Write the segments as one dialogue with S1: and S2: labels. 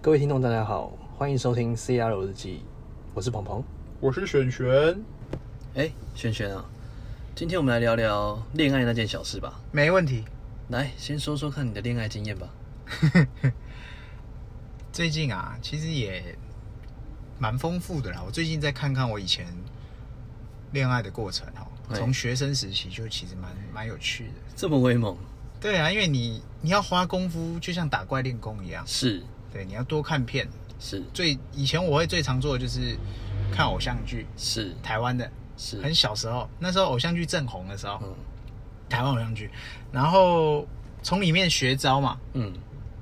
S1: 各位听众，大家好，欢迎收听 CR 日记，我是鹏鹏。
S2: 我是璇璇，
S1: 哎、轩轩啊，今天我们来聊聊恋爱那件小事吧。
S3: 没问题。
S1: 来，先说说看你的恋爱经验吧。
S3: 最近啊，其实也蛮丰富的啦。我最近在看看我以前恋爱的过程哦，
S1: 哎
S3: 从学生时期就其实蛮蛮有趣的。
S1: 这么威猛，
S3: 对啊，因为你你要花功夫，就像打怪练功一样。
S1: 是
S3: 对，你要多看片。
S1: 是
S3: 最以前我会最常做的就是看偶像剧，
S1: 是
S3: 台湾的。
S1: 是，
S3: 很小时候，那时候偶像剧正红的时候，
S1: 嗯
S3: 台湾偶像剧，然后从里面学招嘛。
S1: 嗯，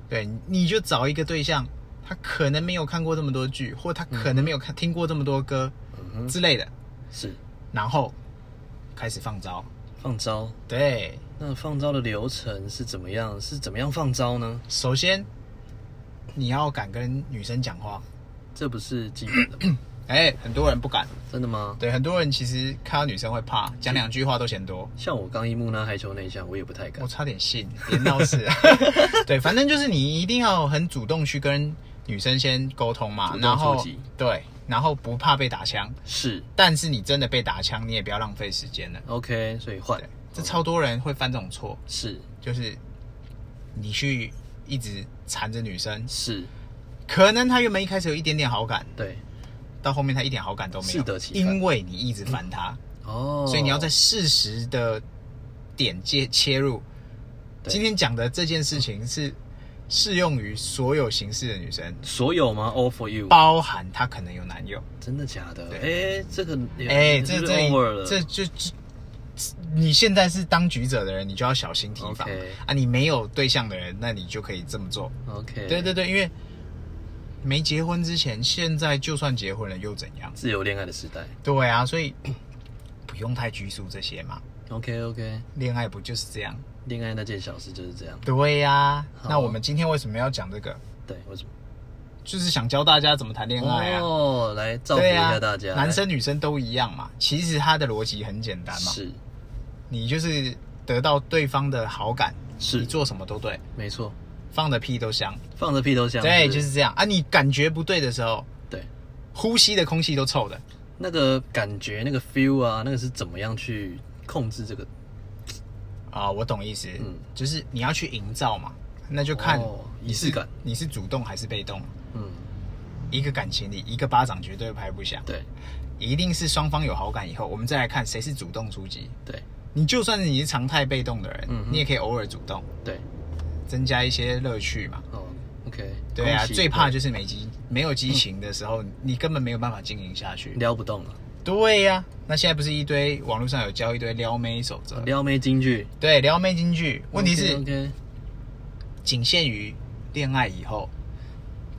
S3: 对，你就找一个对象，他可能没有看过这么多剧，或他可能没有看、听过这么多歌
S1: 嗯哼
S3: 之类的，
S1: 是
S3: 然后开始放招。
S1: 放招。
S3: 对，
S1: 那放招的流程是怎么样？是怎么样放招呢？
S3: 首先你要敢跟女生讲话，
S1: 这不是基本的 吧
S3: 哎，很多人不敢。
S1: 真的吗？
S3: 对，很多人其实看到女生会怕，讲两句话都嫌多。
S1: 像我刚一木讷害羞那一下，我也不太敢
S3: 我。差点信，别闹 事。对，反正就是你一定要很主动去跟女生先沟通嘛
S1: 主，动
S3: 然
S1: 出
S3: 后
S1: 击
S3: 对，然后不怕被打枪，
S1: 是
S3: 但是你真的被打枪，你也不要浪费时间了。
S1: OK，所以换
S3: 对，这超多人会犯这种错，
S1: 是
S3: 就是你去一直缠着女生，
S1: 是，
S3: 可能她原本一开始有一点点好感，
S1: 对
S3: 到后面她一点好感都没有，
S1: 适得其反
S3: 因为你一直烦她，
S1: 哦，
S3: 所以你要在适时的点切切入。
S1: 对
S3: 今天讲的这件事情是适用于所有形式的女生，
S1: 所有吗？All for you，
S3: 包含她可能有男友。
S1: 真的假的？哎、
S3: 啊对
S1: 这个也
S3: 哎、
S1: 是
S3: 这
S1: 不是 over
S3: 这
S1: 了，
S3: 这就这，你现在是当局者的人，你就要小心提防
S1: OK
S3: 啊！你没有对象的人，那你就可以这么做。
S1: OK，
S3: 对，对对，因为没结婚之前，现在就算结婚了又怎样？
S1: 自由恋爱的时代。
S3: 对啊，所以不用太拘束这些嘛。
S1: OK OK，
S3: 恋爱不就是这样？
S1: 恋爱那件小事就是这样。
S3: 对呀、
S1: 好
S3: 那我们今天为什么要讲这个？
S1: 对，为什么？
S3: 就是想教大家怎么谈恋爱啊。
S1: 哦，来造福一
S3: 对
S1: 下
S3: 啊，
S1: 大家。哎
S3: 男生女生都一样嘛。其实他的逻辑很简单嘛，
S1: 是
S3: 你就是得到对方的好感，你
S1: 是，
S3: 做什么都对，
S1: 没错，
S3: 放的屁都香。
S1: 放着屁都香。
S3: 对，
S1: 不
S3: 就是这样啊。你感觉不对的时候，
S1: 对
S3: 呼吸的空气都臭的。
S1: 那个感觉，那个 feel 啊，那个是怎么样去控制这个？
S3: 啊、我懂意思，
S1: 嗯
S3: 就是你要去营造嘛，那就看
S1: 哦
S3: 你是
S1: 仪式感
S3: 你是主动还是被动。
S1: 嗯，
S3: 一个感情里，一个巴掌绝对拍不响，
S1: 对
S3: 一定是双方有好感以后，我们再来看谁是主动出击。
S1: 对
S3: 你就算是你是常态被动的人，
S1: 嗯哼
S3: 你也可以偶尔主动，
S1: 对，
S3: 增加一些乐趣嘛。
S1: 哦，OK。
S3: 对啊，
S1: 恭喜
S3: 最怕就是没激没有激情的时候，你根本没有办法经营下去。
S1: 撩不动了，
S3: 对呀、那现在不是一堆网络上有教一堆撩妹守则，
S1: 哦撩妹金句。
S3: 对，撩妹金句。问题是
S1: OK，
S3: 仅限于恋爱以后，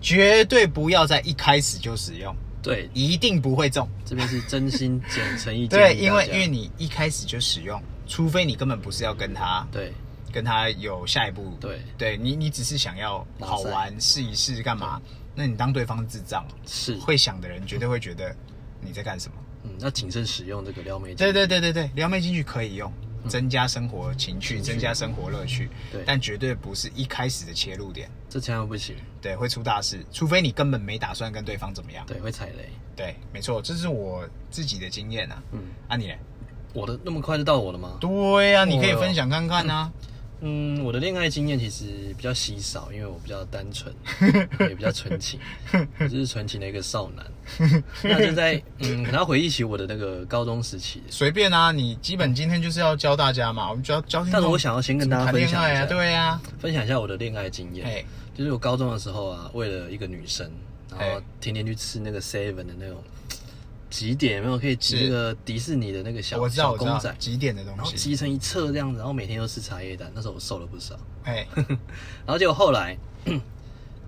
S3: 绝对不要在一开始就使用，
S1: 对，
S3: 一定不会中。
S1: 这边是真心简诚意
S3: 对，
S1: 建议
S3: 因
S1: 大
S3: 为
S1: 家
S3: 因为你一开始就使用，除非你根本不是要跟他
S1: 对
S3: 跟他有下一步，
S1: 对
S3: 对你你只是想要好玩试一试干嘛？那你当对方智障，
S1: 是
S3: 会想的人绝对会觉得你在干什么。
S1: 嗯，要谨慎使用这个撩妹技
S3: 对
S1: 巧。
S3: 对对对对，撩妹进去可以用，增加生活情趣，增加生活乐趣
S1: 嗯对，
S3: 但绝对不是一开始的切入点，
S1: 这千万不行，
S3: 对，会出大事，除非你根本没打算跟对方怎么样。
S1: 对，会踩雷。
S3: 对，没错，这是我自己的经验啊。
S1: 嗯，
S3: 啊你嘞？
S1: 我的那么快就到我了吗？
S3: 对呀、
S1: 你
S3: 你
S1: 可
S3: 可
S1: 以
S3: 以
S1: 分
S3: 分享看看啊。
S1: 嗯，我的恋爱经验其实比较稀少，因为我比较单 纯，也比较纯情，我就是纯情的一个少男。 那就在嗯，可能要回忆起我的那个高中时期。
S3: 随便啊，你基本今天就是要教大家嘛，我们就要教听
S1: 但
S3: 众
S1: 是我想要先跟
S3: 怎么
S1: 大家
S3: 谈
S1: 分
S3: 恋
S1: 享一
S3: 爱
S1: 下，
S3: 啊，对啊，
S1: 分享一下我的恋爱经验。
S3: 哎，
S1: 就是我高中的时候啊，为了一个女生，然后
S3: 嘿
S1: 天天去吃那个 Seven 的那种几点有没有可以挤那个迪士尼的那个小
S3: 我知道
S1: 小
S3: 我知
S1: 公
S3: 道
S1: 仔，
S3: 几点的
S1: 然
S3: 东
S1: 后
S3: 西，
S1: 挤成一册这样子，然后每天都吃茶叶蛋。那时候我瘦了不少，
S3: 哎，
S1: 然后结果后来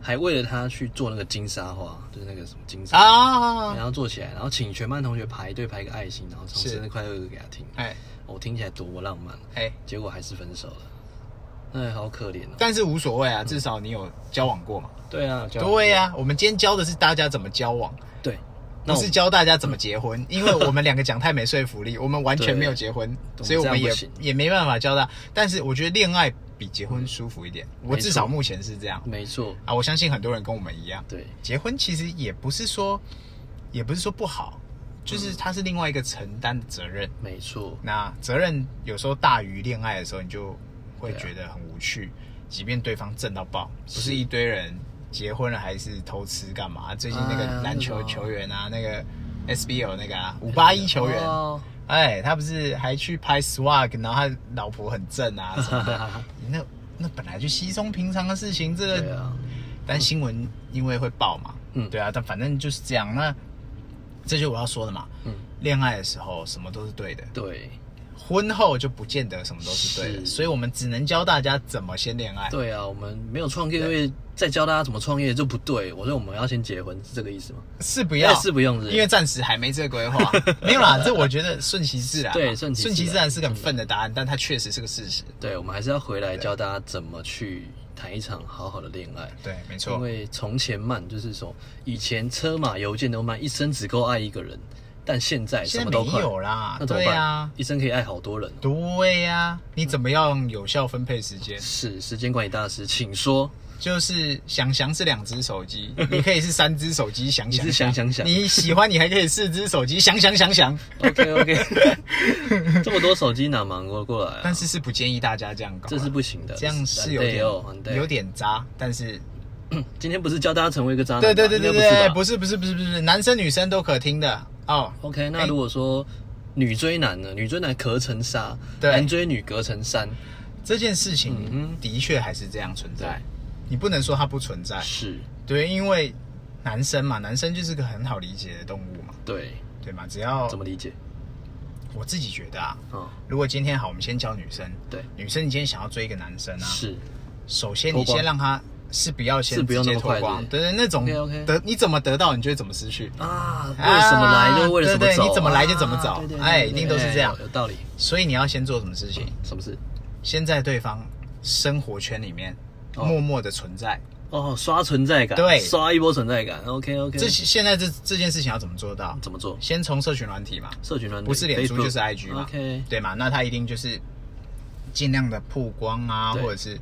S1: 还为了她去做那个金沙花，就是那个什么金沙，
S3: 啊，
S1: 然后做起来，然后请全班同学排队排个爱心，然后唱
S3: 是
S1: 生日快乐歌给她听。
S3: 哎
S1: 我、听起来多么浪漫，啊
S3: 哎，
S1: 结果还是分手了。哎，好可怜哦。
S3: 但是无所谓啊，至少你有交往过嘛。
S1: 对啊，交往
S3: 对呀、我们今天教的是大家怎么交往，
S1: 对，那
S3: 不
S1: 我
S3: 是教大家怎么结 婚，因为我们两个讲太没说服力，我们完全没有结婚，
S1: 对
S3: 所以我们
S1: 我们这
S3: 也
S1: 样不行
S3: 也没办法教大。但是我觉得恋爱比结婚舒服一点。我
S1: 嗯没错
S3: 至少目前是这样
S1: 没错，
S3: 啊，我相信很多人跟我们一样，
S1: 对，
S3: 结婚其实也不是说，也不是说不好，
S1: 嗯
S3: 就是它是另外一个承担的责任。
S1: 没错，
S3: 那责任有时候大于恋爱的时候，你就会
S1: 对啊
S3: 觉得很无趣，即便对方正到爆，不是
S1: 是
S3: 一堆人结婚了还是偷吃干嘛？啊最近那
S1: 哎呀
S3: 个篮球
S1: 那种哎
S3: 球员啊，那个 SBL 那个啊，五八一球员，
S1: 哦
S3: 哎，他不是还去拍 swag，然后他老婆很 正啊什么的，那那本来就稀松平常的事情，这
S1: 对
S3: 个
S1: 啊，
S3: 但新闻因为会爆嘛，
S1: 嗯
S3: 对啊，但反正就是这样。那这就是我要说的嘛，
S1: 嗯，
S3: 恋爱的时候什么都是对的，
S1: 对，
S3: 婚后就不见得什么都是对的，
S1: 是
S3: 所以我们只能教大家怎么先恋爱。
S1: 对啊，我们没有创业，因为再教大家怎么创业就不对。我说我们要先结婚，是这个意思吗？
S3: 是不要，
S1: 哎是不用是不是
S3: 因为暂时还没这个规划。 没有啦，这我觉得顺其自然嘛。
S1: 对顺其自
S3: 顺
S1: 然
S3: 其自然是个很笨的答案，但它确实是个事实。
S1: 对，我们还是要回来教大家怎么去谈一场好好的恋爱。
S3: 对，没
S1: 因
S3: 错，
S1: 为从前慢，就是说以前车马邮件都慢，一生只够爱一个人，但现在
S3: 现
S1: 什
S3: 在
S1: 么都
S3: 没
S1: 快，
S3: 有啦
S1: 那。怎么
S3: 对啊
S1: 办？
S3: 呀，
S1: 一生可以爱好多人、哦。
S3: 对呀，啊你怎么样有效分配时间？
S1: 是时间管理大师，请 说。
S3: 就是想想是两只手 机，你可以是三只手机想想
S1: 你是想想想
S3: 你喜欢你还可以四只手机想想想想，
S1: OK OK，这么多手机哪忙过过来啊？
S3: 但是是不建议大家这样搞啊，
S1: 这是不行的，
S3: 这样是有
S1: 很累
S3: 点
S1: 哦，很累
S3: 有。点渣，但是
S1: 今天不是教大家成为一个渣男吧，
S3: 对对对对
S1: 应该不是
S3: 对，
S1: 吧
S3: 不是不是不是不是，男生女生都可听的哦，
S1: OK，
S3: 哎
S1: 那如果说女追男呢？女追男隔层纱，
S3: 对
S1: 男追女隔层山，
S3: 这件事
S1: 嗯
S3: 情
S1: 哼
S3: 的确还是这样存在
S1: 对，
S3: 你不能说它不存在，
S1: 是
S3: 对，因为男生嘛，男生就是个很好理解的动物嘛，
S1: 对，
S3: 对嘛，只要
S1: 怎么理解？
S3: 我自己觉得啊，
S1: 嗯，
S3: 如果今天好，我们先教女生，
S1: 对，
S3: 女生你今天想要追一个男生啊，
S1: 是
S3: 首先
S1: 脱
S3: 你
S1: 光
S3: 先让他是不要先
S1: 是不要
S3: 直接
S1: 那么快
S3: 脱光，
S1: 是不
S3: 对对，那种
S1: OK，OK
S3: 得你怎么得到，你就会怎么失去。
S1: 啊，为
S3: 啊
S1: 什么来就为了什么
S3: 对对
S1: 走，
S3: 你怎么来就
S1: 啊
S3: 怎么走
S1: 对对对
S3: 哎
S1: 对
S3: 一定都是
S1: 哎
S3: 这样嗯
S1: 有有道理。
S3: 所以你要先做什么事情？
S1: 什么事？
S3: 先在对方生活圈里面
S1: 哦
S3: 默默的存在。
S1: 哦，刷存在感，
S3: 对
S1: 刷一波存在感。OK OK，
S3: 这现在这这件事情要怎么做到？
S1: 怎么做？
S3: 先从社群软体嘛，
S1: 社群软体
S3: 不是脸书
S1: Facebook
S3: 就是 IG 嘛
S1: OK，
S3: 对嘛？那他一定就是尽量的曝光啊，
S1: 对
S3: 或者是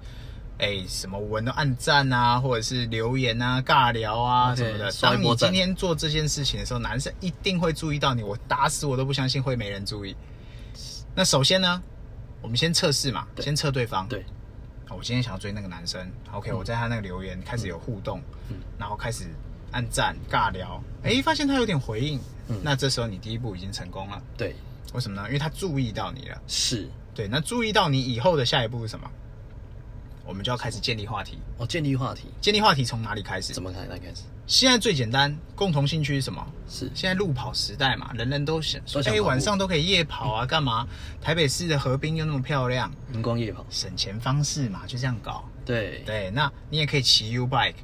S3: 哎什么文的按赞啊，或者是留言啊、尬聊啊
S1: OK，
S3: 什么的。
S1: 哦刷一
S3: 当
S1: 波
S3: 你
S1: 赞
S3: 今天做这件事情的时候，男生一定会注意到你，我打死我都不相信会没人注意。那首先呢，我们先测试嘛，
S1: 对
S3: 先测对方。
S1: 对
S3: 哦我今天想要追那个男生，OK，、我在他那个留言开始有互动，
S1: 嗯
S3: 然后开始按赞尬聊，哎，发现他有点回应，
S1: 嗯
S3: 那这时候你第一步已经成功了，
S1: 对
S3: 为什么呢？因为他注意到你了，
S1: 是。
S3: 对，那注意到你以后的下一步是什么？我们就要开始建立话题，
S1: 哦，建立话题
S3: 建立话题从哪里开始
S1: 怎？么看？来开始
S3: 现在最简单，共同兴趣是什么？
S1: 是
S3: 现在路跑时代嘛，人人都想
S1: 都，
S3: 说
S1: 想
S3: 哎、
S1: 跑步
S3: 晚上都可以夜跑啊，干嘛？台北市的河滨又那么漂亮，
S1: 荧嗯光夜跑，
S3: 省钱方式嘛，就这样搞。
S1: 对
S3: 对，那你也可以骑 U bike。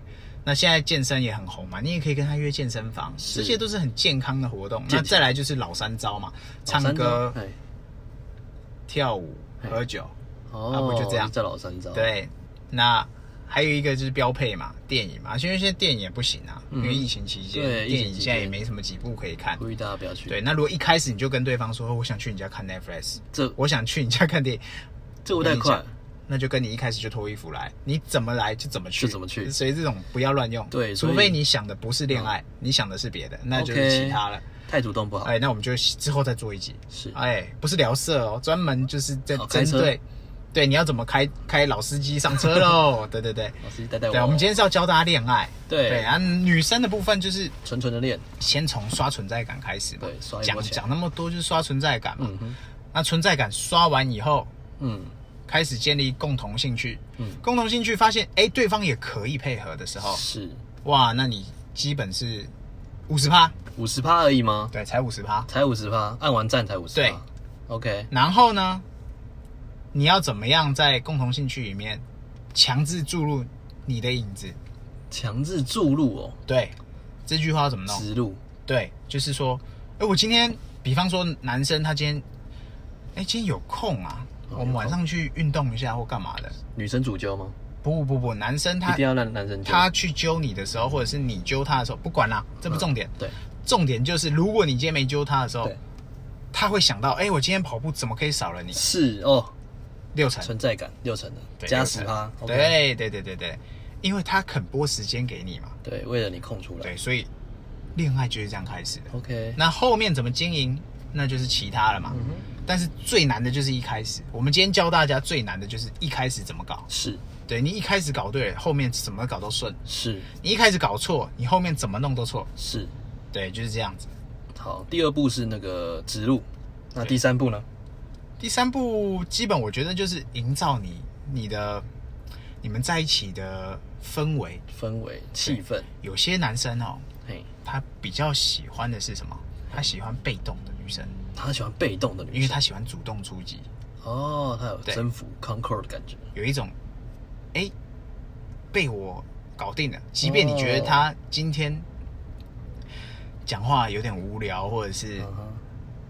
S3: 那现在健身也很红嘛，你也可以跟他约健身房，
S1: 是
S3: 这些都是很健康的活动。
S1: 健
S3: 那
S1: 康
S3: 再来就是老三招嘛，唱
S1: 老三
S3: 歌
S1: 招、哎
S3: 跳舞、
S1: 嘿
S3: 喝酒。啊
S1: 哦，
S3: 不就这样
S1: 叫老三招，，
S3: 对，那还有一个就是标配嘛，电影嘛，因为现在电影也不行啊，
S1: 嗯
S3: 因为疫情期间，
S1: 对
S3: 电
S1: 疫情
S3: 影
S1: 期间
S3: 现在也没什么几部可以看。
S1: 呼吁大家不要去。
S3: 对，，那如果一开始你就跟对方说，我想去你家看 Netflix，
S1: 这
S3: 我想去你家看电影，
S1: 这不太
S3: 我
S1: 快
S3: 跟。那就跟你一开始就脱衣服来，你怎么来就怎么去，
S1: 就怎么去
S3: 所以这种不要乱用。
S1: 对所以
S3: 除非你想的不是恋爱，你想的是别的，那就是其他了。
S1: 太主动不好。
S3: 哎，那我们就之后再做一集。
S1: 是
S3: 哎，不是聊色哦，专门就是在
S1: 哦开
S3: 针
S1: 车
S3: 对，对，你要怎么开开老司机上 车喽？对对对，
S1: 老师带带我。
S3: 对，我们今天是要教大家恋爱。
S1: 对
S3: 对啊，女生的部分就是
S1: 纯纯的练，
S3: 先从刷存在感开始嘛。
S1: 对刷一
S3: 讲
S1: 波钱
S3: 讲那么多就是刷存在感嘛。
S1: 嗯哼，
S3: 那存在感刷完以后，
S1: 嗯，
S3: 开始建立共同兴趣，
S1: 嗯
S3: 共同兴趣发现，哎，对方也可以配合的时候，
S1: 是
S3: 哇，那你基本是五十趴，
S1: 五十趴而已吗？
S3: 对，才五十趴。
S1: 才五十趴，按完赞才五十。
S3: 对
S1: ，OK，
S3: 然后呢，你要怎么样在共同兴趣里面强制注入你的影子？
S1: 强制注入哦，
S3: 对，这句话要怎么弄？
S1: 植入，
S3: 对，就是说，哎，我今天，比方说男生他今天，哎，今天有空啊，
S1: 哦
S3: 我
S1: 有
S3: 们
S1: 空
S3: 晚上去运动一下或干嘛的。
S1: 女生主揪吗？
S3: 不不不，男生
S1: 一
S3: 他
S1: 定要让男生揪。
S3: 他去揪你的时候，或者是你揪他的时候，不管啦，这不重点。
S1: 嗯对
S3: 重点就是，如果你今天没揪他的时候
S1: 对，
S3: 他会想到，哎、我今天跑步怎么可以少了你？
S1: 是哦，
S3: 六成，
S1: 存在感六成的，
S3: 对
S1: 加
S3: 六
S1: 十
S3: 成
S1: 趴，OK，
S3: 对对对对对，因为他肯拨时间给你嘛，
S1: 对，为了你空出来
S3: 对，所以恋爱就是这样开始的。
S1: ，OK，
S3: 那后面怎么经营，那就是其他了嘛。
S1: 嗯哼，
S3: 但是最难的就是一开始，我们今天教大家最难的就是一开始怎么搞。
S1: 是
S3: 对你一开始搞对了，后面怎么搞都顺；
S1: 是
S3: 你一开始搞错，你后面怎么弄都错。
S1: 是，
S3: 对，就是这样子。
S1: 好，第二步是那个植入，那
S3: 对
S1: 第三步呢？
S3: 第三步，基本我觉得就是营造你你的你们在一起的氛围。
S1: 氛围气氛，
S3: 有些男生哦，
S1: 嘿，
S3: 他比较喜欢的是什么？他喜欢被动的女生，
S1: 他喜欢被动的
S3: 因
S1: 女
S3: 为
S1: 生，
S3: 他喜欢主动出击，
S1: 哦，他有
S3: 对
S1: 征服 conquer 的感觉，
S3: 有一种哎、诶被我搞定了。即便你觉得他今天讲话有点无聊，或者是
S1: 嗯哼，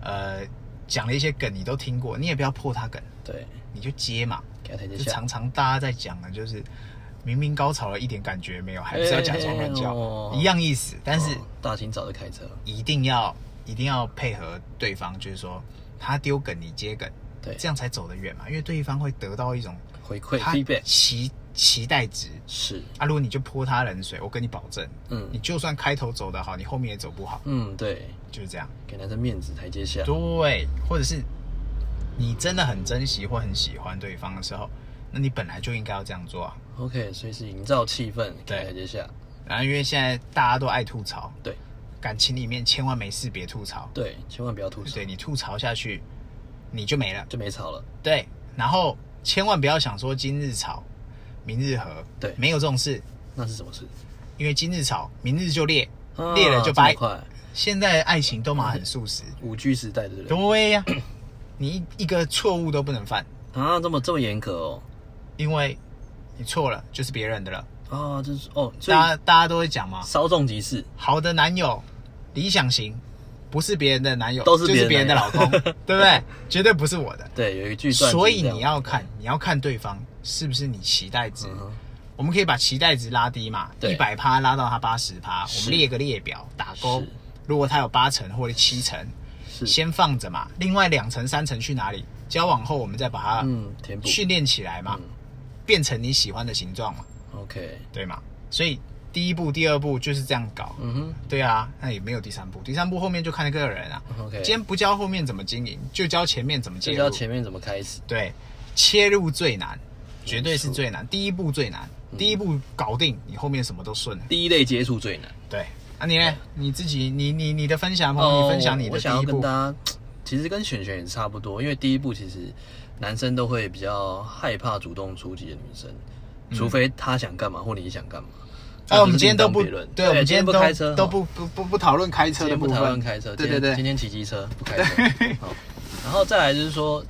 S3: 呃讲了一些梗你都听过，你也不要破他梗，
S1: 对，
S3: 你就接嘛。
S1: 给他台阶
S3: 就
S1: 下
S3: 常，常大家在讲的，就是明明高潮了一点感觉没有，还是要假装乱
S1: 哎哎哎哦
S3: 叫，一样意思。但是
S1: 哦大清早就开车，
S3: 一定要一定要配合对方，就是说他丢梗你接梗，
S1: 对，
S3: 这样才走得远嘛。因为对方会得到一种
S1: 回馈
S3: 他
S1: feedback
S3: 期期待值
S1: 是，
S3: 啊。如果你就泼他冷水，我跟你保证，你
S1: 嗯
S3: 就算开头走得好，你后面也走不好，
S1: 嗯，对，
S3: 就是这样。
S1: 给男生面子台阶下，
S3: 对，或者是你真的很珍惜或很喜欢对方的时候，那你本来就应该要这样做啊。
S1: OK，所以是营造气氛，给
S3: 对
S1: 台阶下，
S3: 然后因为现在大家都爱吐槽，
S1: 对，
S3: 感情里面千万没事别吐槽，
S1: 对，千万不要吐槽
S3: 对，你吐槽下去你就没了，
S1: 就没吵了，
S3: 对。然后千万不要想说今日吵，明日和，
S1: 对
S3: 没有这种事，
S1: 那是什么事？
S3: 因为今日吵，明日就裂，
S1: 啊
S3: 裂了就
S1: 这么
S3: 掰。
S1: 快，
S3: 现在爱情都嘛很速食，
S1: 五 G 时代对不对？
S3: 对呀、你一一个错误都不能犯，
S1: 啊，这么这么严格哦，
S3: 因为你错了就是别人的了。
S1: 啊，这是哦，所以
S3: 大家大家都会讲嘛，
S1: 啊稍纵即逝，
S3: 好的男友，理想型，不是别人的男友，
S1: 都是
S3: 就
S1: 别人
S3: 是别人的 老公，对不对？绝对不是我的。
S1: 对，有一句算计
S3: 所以
S1: 这样
S3: 你要看，你要看对方是不是你期待值。
S1: 嗯哼
S3: 我们可以把期待值拉低嘛，
S1: 对
S3: 一百趴拉到他八十趴，我
S1: 是
S3: 们列个列表打勾
S1: 是。
S3: 如果他有八成或者七成，
S1: 是
S3: 先放着嘛，另外两成三成去哪里？交往后我们再把它
S1: 嗯填补
S3: 训练起来嘛，变成你喜欢的形状嘛，
S1: ，OK，
S3: 对吗？所以第一步、第二步就是这样搞。
S1: 嗯哼。
S3: 对啊，那也没有第三步，第三步后面就看个人啊。
S1: OK，
S3: 今天不教后面怎么经营，就教前面怎么
S1: 就
S3: 介入。
S1: 知道前面怎么开始。
S3: 对，切入最难，绝对是最难，第一步最难，
S1: 嗯
S3: 第一步搞定，你后面什么都顺了。
S1: 第一类接触最难。
S3: 对，啊你呢？你自己，你你你的分享吗？你分享你
S1: 哦我
S3: 的
S1: 我
S3: 第
S1: 想要
S3: 一
S1: 跟
S3: 步
S1: 大。家，其实跟璇璇也差不多，因为第一步其实男生都会比较害怕主动出击的女生，除非她想干嘛或你想干嘛。
S3: 嗯哎，我们今天都不
S1: 那就是另当别论，
S3: 对，我们今天
S1: 不
S3: 都
S1: 开车，
S3: 都
S1: 哈
S3: 不不不不讨论开车
S1: 今
S3: 的
S1: 天
S3: 部
S1: 不
S3: 分。
S1: 讨论开车，
S3: 对
S1: 今天
S3: 对对
S1: 今，天骑机车不开车。好，然后再来就是说，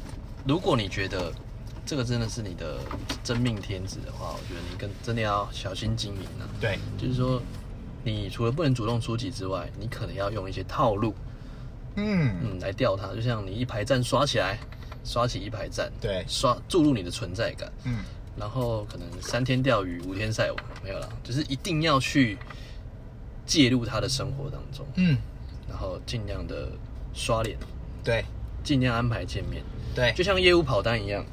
S1: 如果你觉得这个真的是你的真命天子的话，我觉得你跟真的要小心经营啊。
S3: 对
S1: 就是说，你除了不能主动出击之外，你可能要用一些套路，
S3: 嗯，
S1: 嗯，来钓它。就像你一排站刷起来，刷起一排站，
S3: 对
S1: 刷注入你的存在感，
S3: 嗯，
S1: 然后可能三天钓鱼五天晒网，没有啦，就是一定要去介入他的生活当中，
S3: 嗯，
S1: 然后尽量的刷脸，
S3: 对
S1: 尽量安排见面，
S3: 对
S1: 就像业务跑单一样，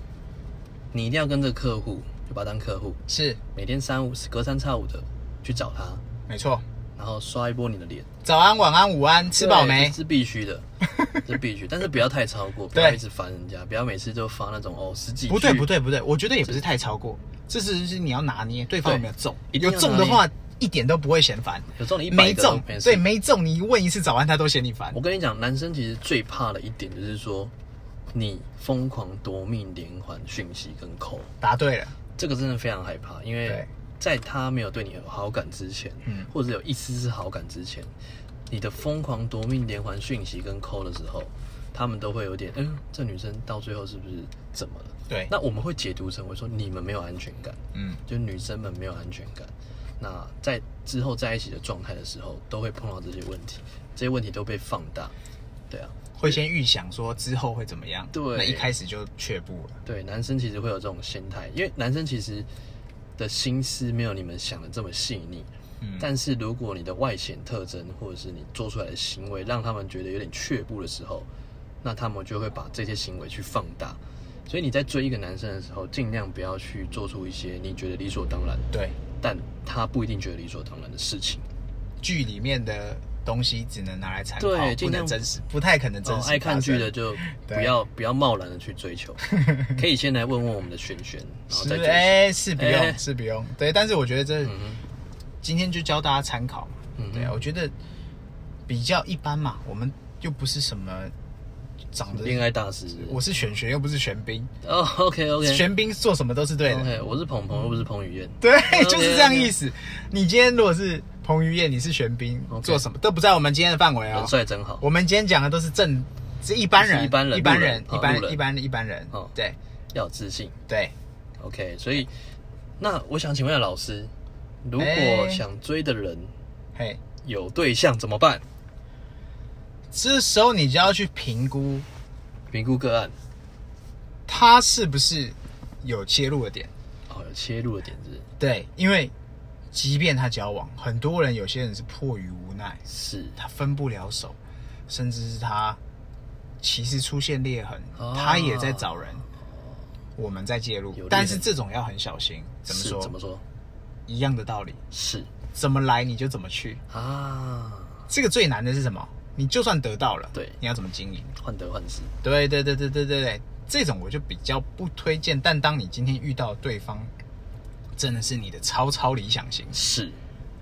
S1: 你一定要跟着客户，就把他当客户，
S3: 是
S1: 每天三五隔三差五的去找他，
S3: 没错。
S1: 然后刷一波你的脸。
S3: 早安、晚安、午安，吃饱
S1: 对
S3: 没
S1: 这？是必须 的，这必须，但是不要太超过，不
S3: 对
S1: 要一直烦人家，不要每次就发那种哦十几句，
S3: 不对不，对不对，我觉得也不是太超过，这是是你要拿捏对方有没有中，
S1: 一定
S3: 有
S1: 要
S3: 中的话一点都不会嫌烦，
S1: 有中你一百
S3: 没
S1: 个都
S3: 中
S1: 没事
S3: 对。没中，你问一次早安他都嫌你烦
S1: 我，跟你讲，男生其实最怕的一点就是说，你疯狂夺命连环讯息跟扣，
S3: 答对了，
S1: 这个真的非常害怕，因为
S3: 对
S1: 在他没有对你有好感之前，
S3: 嗯
S1: 或者有一丝丝好感之前，你的疯狂夺命连环讯息跟扣的时候，他们都会有点，嗯，这女生到最后是不是怎么了？
S3: 对，
S1: 那我们会解读成为说你们没有安全感，
S3: 嗯
S1: 就女生们没有安全感。那在之后在一起的状态的时候，都会碰到这些问题，这些问题都被放大。对啊，
S3: 会先预想说之后会怎么样，
S1: 对
S3: 那一开始就却步了，
S1: 对，男生其实会有这种心态，因为男生其实的心思没有你们想的这么细腻。
S3: 嗯
S1: 但是如果你的外显特征或者是你做出来的行为让他们觉得有点却步的时候，那他们就会把这些行为去放大，所以你在追一个男生的时候，尽量不要去做出一些你觉得理所当然，
S3: 对，
S1: 但他不一定觉得理所当然的事情。
S3: 嗯
S1: 哦
S3: 剧里面的东西只能拿来参考，
S1: 对
S3: 不
S1: 尽量
S3: 能真实，不太可能真
S1: 哦
S3: 实发生、，
S1: 爱看剧的就不
S3: 对
S1: 要不要贸然的去追求，可以先来问问我们的璇璇，然后
S3: 是
S1: 哦再决定
S3: 哎、是不用、
S1: 哎
S3: 是不用，对，但是我觉得这、
S1: 嗯哼
S3: 今天就教大家参考嘛，
S1: 嗯哼
S3: 对啊，我觉得比较一般嘛，我们又不是什么长得
S1: 恋爱大师。
S3: 我是选学又不是玄彬，
S1: 哦，OK OK
S3: 玄彬做什么都是对的
S1: OK，我是鹏鹏，又不是彭于晏。
S3: 对
S1: OK，
S3: 就是这样意思。你今天如果是彭于晏，你是玄彬
S1: OK
S3: 做什么都不在我们今天的范围哦
S1: 人。帅真好。
S3: 我们今天讲的都是正，是一般人，
S1: 是一般人
S3: 一般人，
S1: 路人
S3: 一
S1: 哦
S3: 般
S1: 路人
S3: 一般一般人
S1: 哦。
S3: 对
S1: 要有自信。
S3: 对，
S1: OK，所以那我想请问一下老师，如果
S3: 哎
S1: 想追的人
S3: 嘿，
S1: 有对象怎么办？
S3: 这时候你就要去评估
S1: 评估个案，
S3: 他是不是有切入的点。
S1: 哦，有切入的点子
S3: 对，因为即便他交往，很多人有些人是迫于无奈，
S1: 是
S3: 他分不了手，甚至是他其实出现裂痕，
S1: 哦
S3: 他也在找人，我们在介入
S1: 有裂痕，
S3: 但是这种要很小心。怎么
S1: 是
S3: 说？
S1: 怎么说？
S3: 一样的道理，
S1: 是
S3: 怎么来你就怎么去。
S1: 啊，
S3: 这个最难的是什么？你就算得到了，
S1: 对
S3: 你要怎么经营？
S1: 患得患失。
S3: 对对对对对对对，这种我就比较不推荐。但当你今天遇到对方，真的是你的超超理想型，
S1: 是，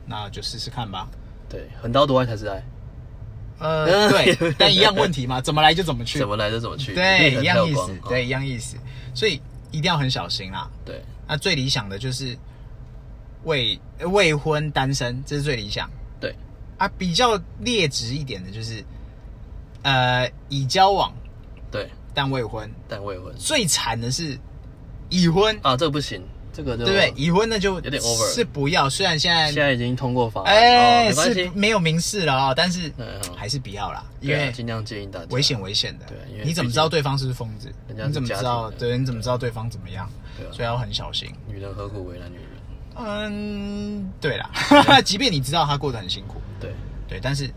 S3: 那就试试看吧。
S1: 对，横刀夺爱才是爱，
S3: 呃，对，但一样问题嘛，怎么来就怎么去，
S1: 怎么来就怎么去，一定
S3: 对，
S1: 很
S3: 一样意
S1: 跳
S3: 思
S1: 光，哦
S3: 对，一样意思，所以一定要很小心啦。
S1: 对，
S3: 那最理想的就是未呃未婚单身，这是最理想
S1: 对，
S3: 啊。比较劣质一点的就是，呃，已交往
S1: 对，
S3: 但未婚，
S1: 但未婚
S3: 最惨的是已婚，
S1: 啊，这个不行，这个就
S3: 对不对？已婚那就
S1: 哦有点 over
S3: 是不要。虽然现在
S1: 现在已经通过法案，
S3: 哎、
S1: 哦没关
S3: 是
S1: 系，
S3: 没有明示了啊、但是
S1: 嗯好
S3: 还是不要啦，因
S1: 对啊，
S3: 为
S1: 尽量建议大家
S3: 危险危险的。
S1: 对啊因为
S3: 你怎么知道对方是不是疯子？
S1: 人家是
S3: 你怎么知
S1: 家
S3: 道？
S1: 庭的
S3: 对，你怎么知道对方怎么样？
S1: 对啊
S3: 所以要很小心。
S1: 女人何苦为难女人？
S3: 嗯，对
S1: 啊
S3: 啦， 即便你知道他过得很辛苦，
S1: 对，
S3: 对，但是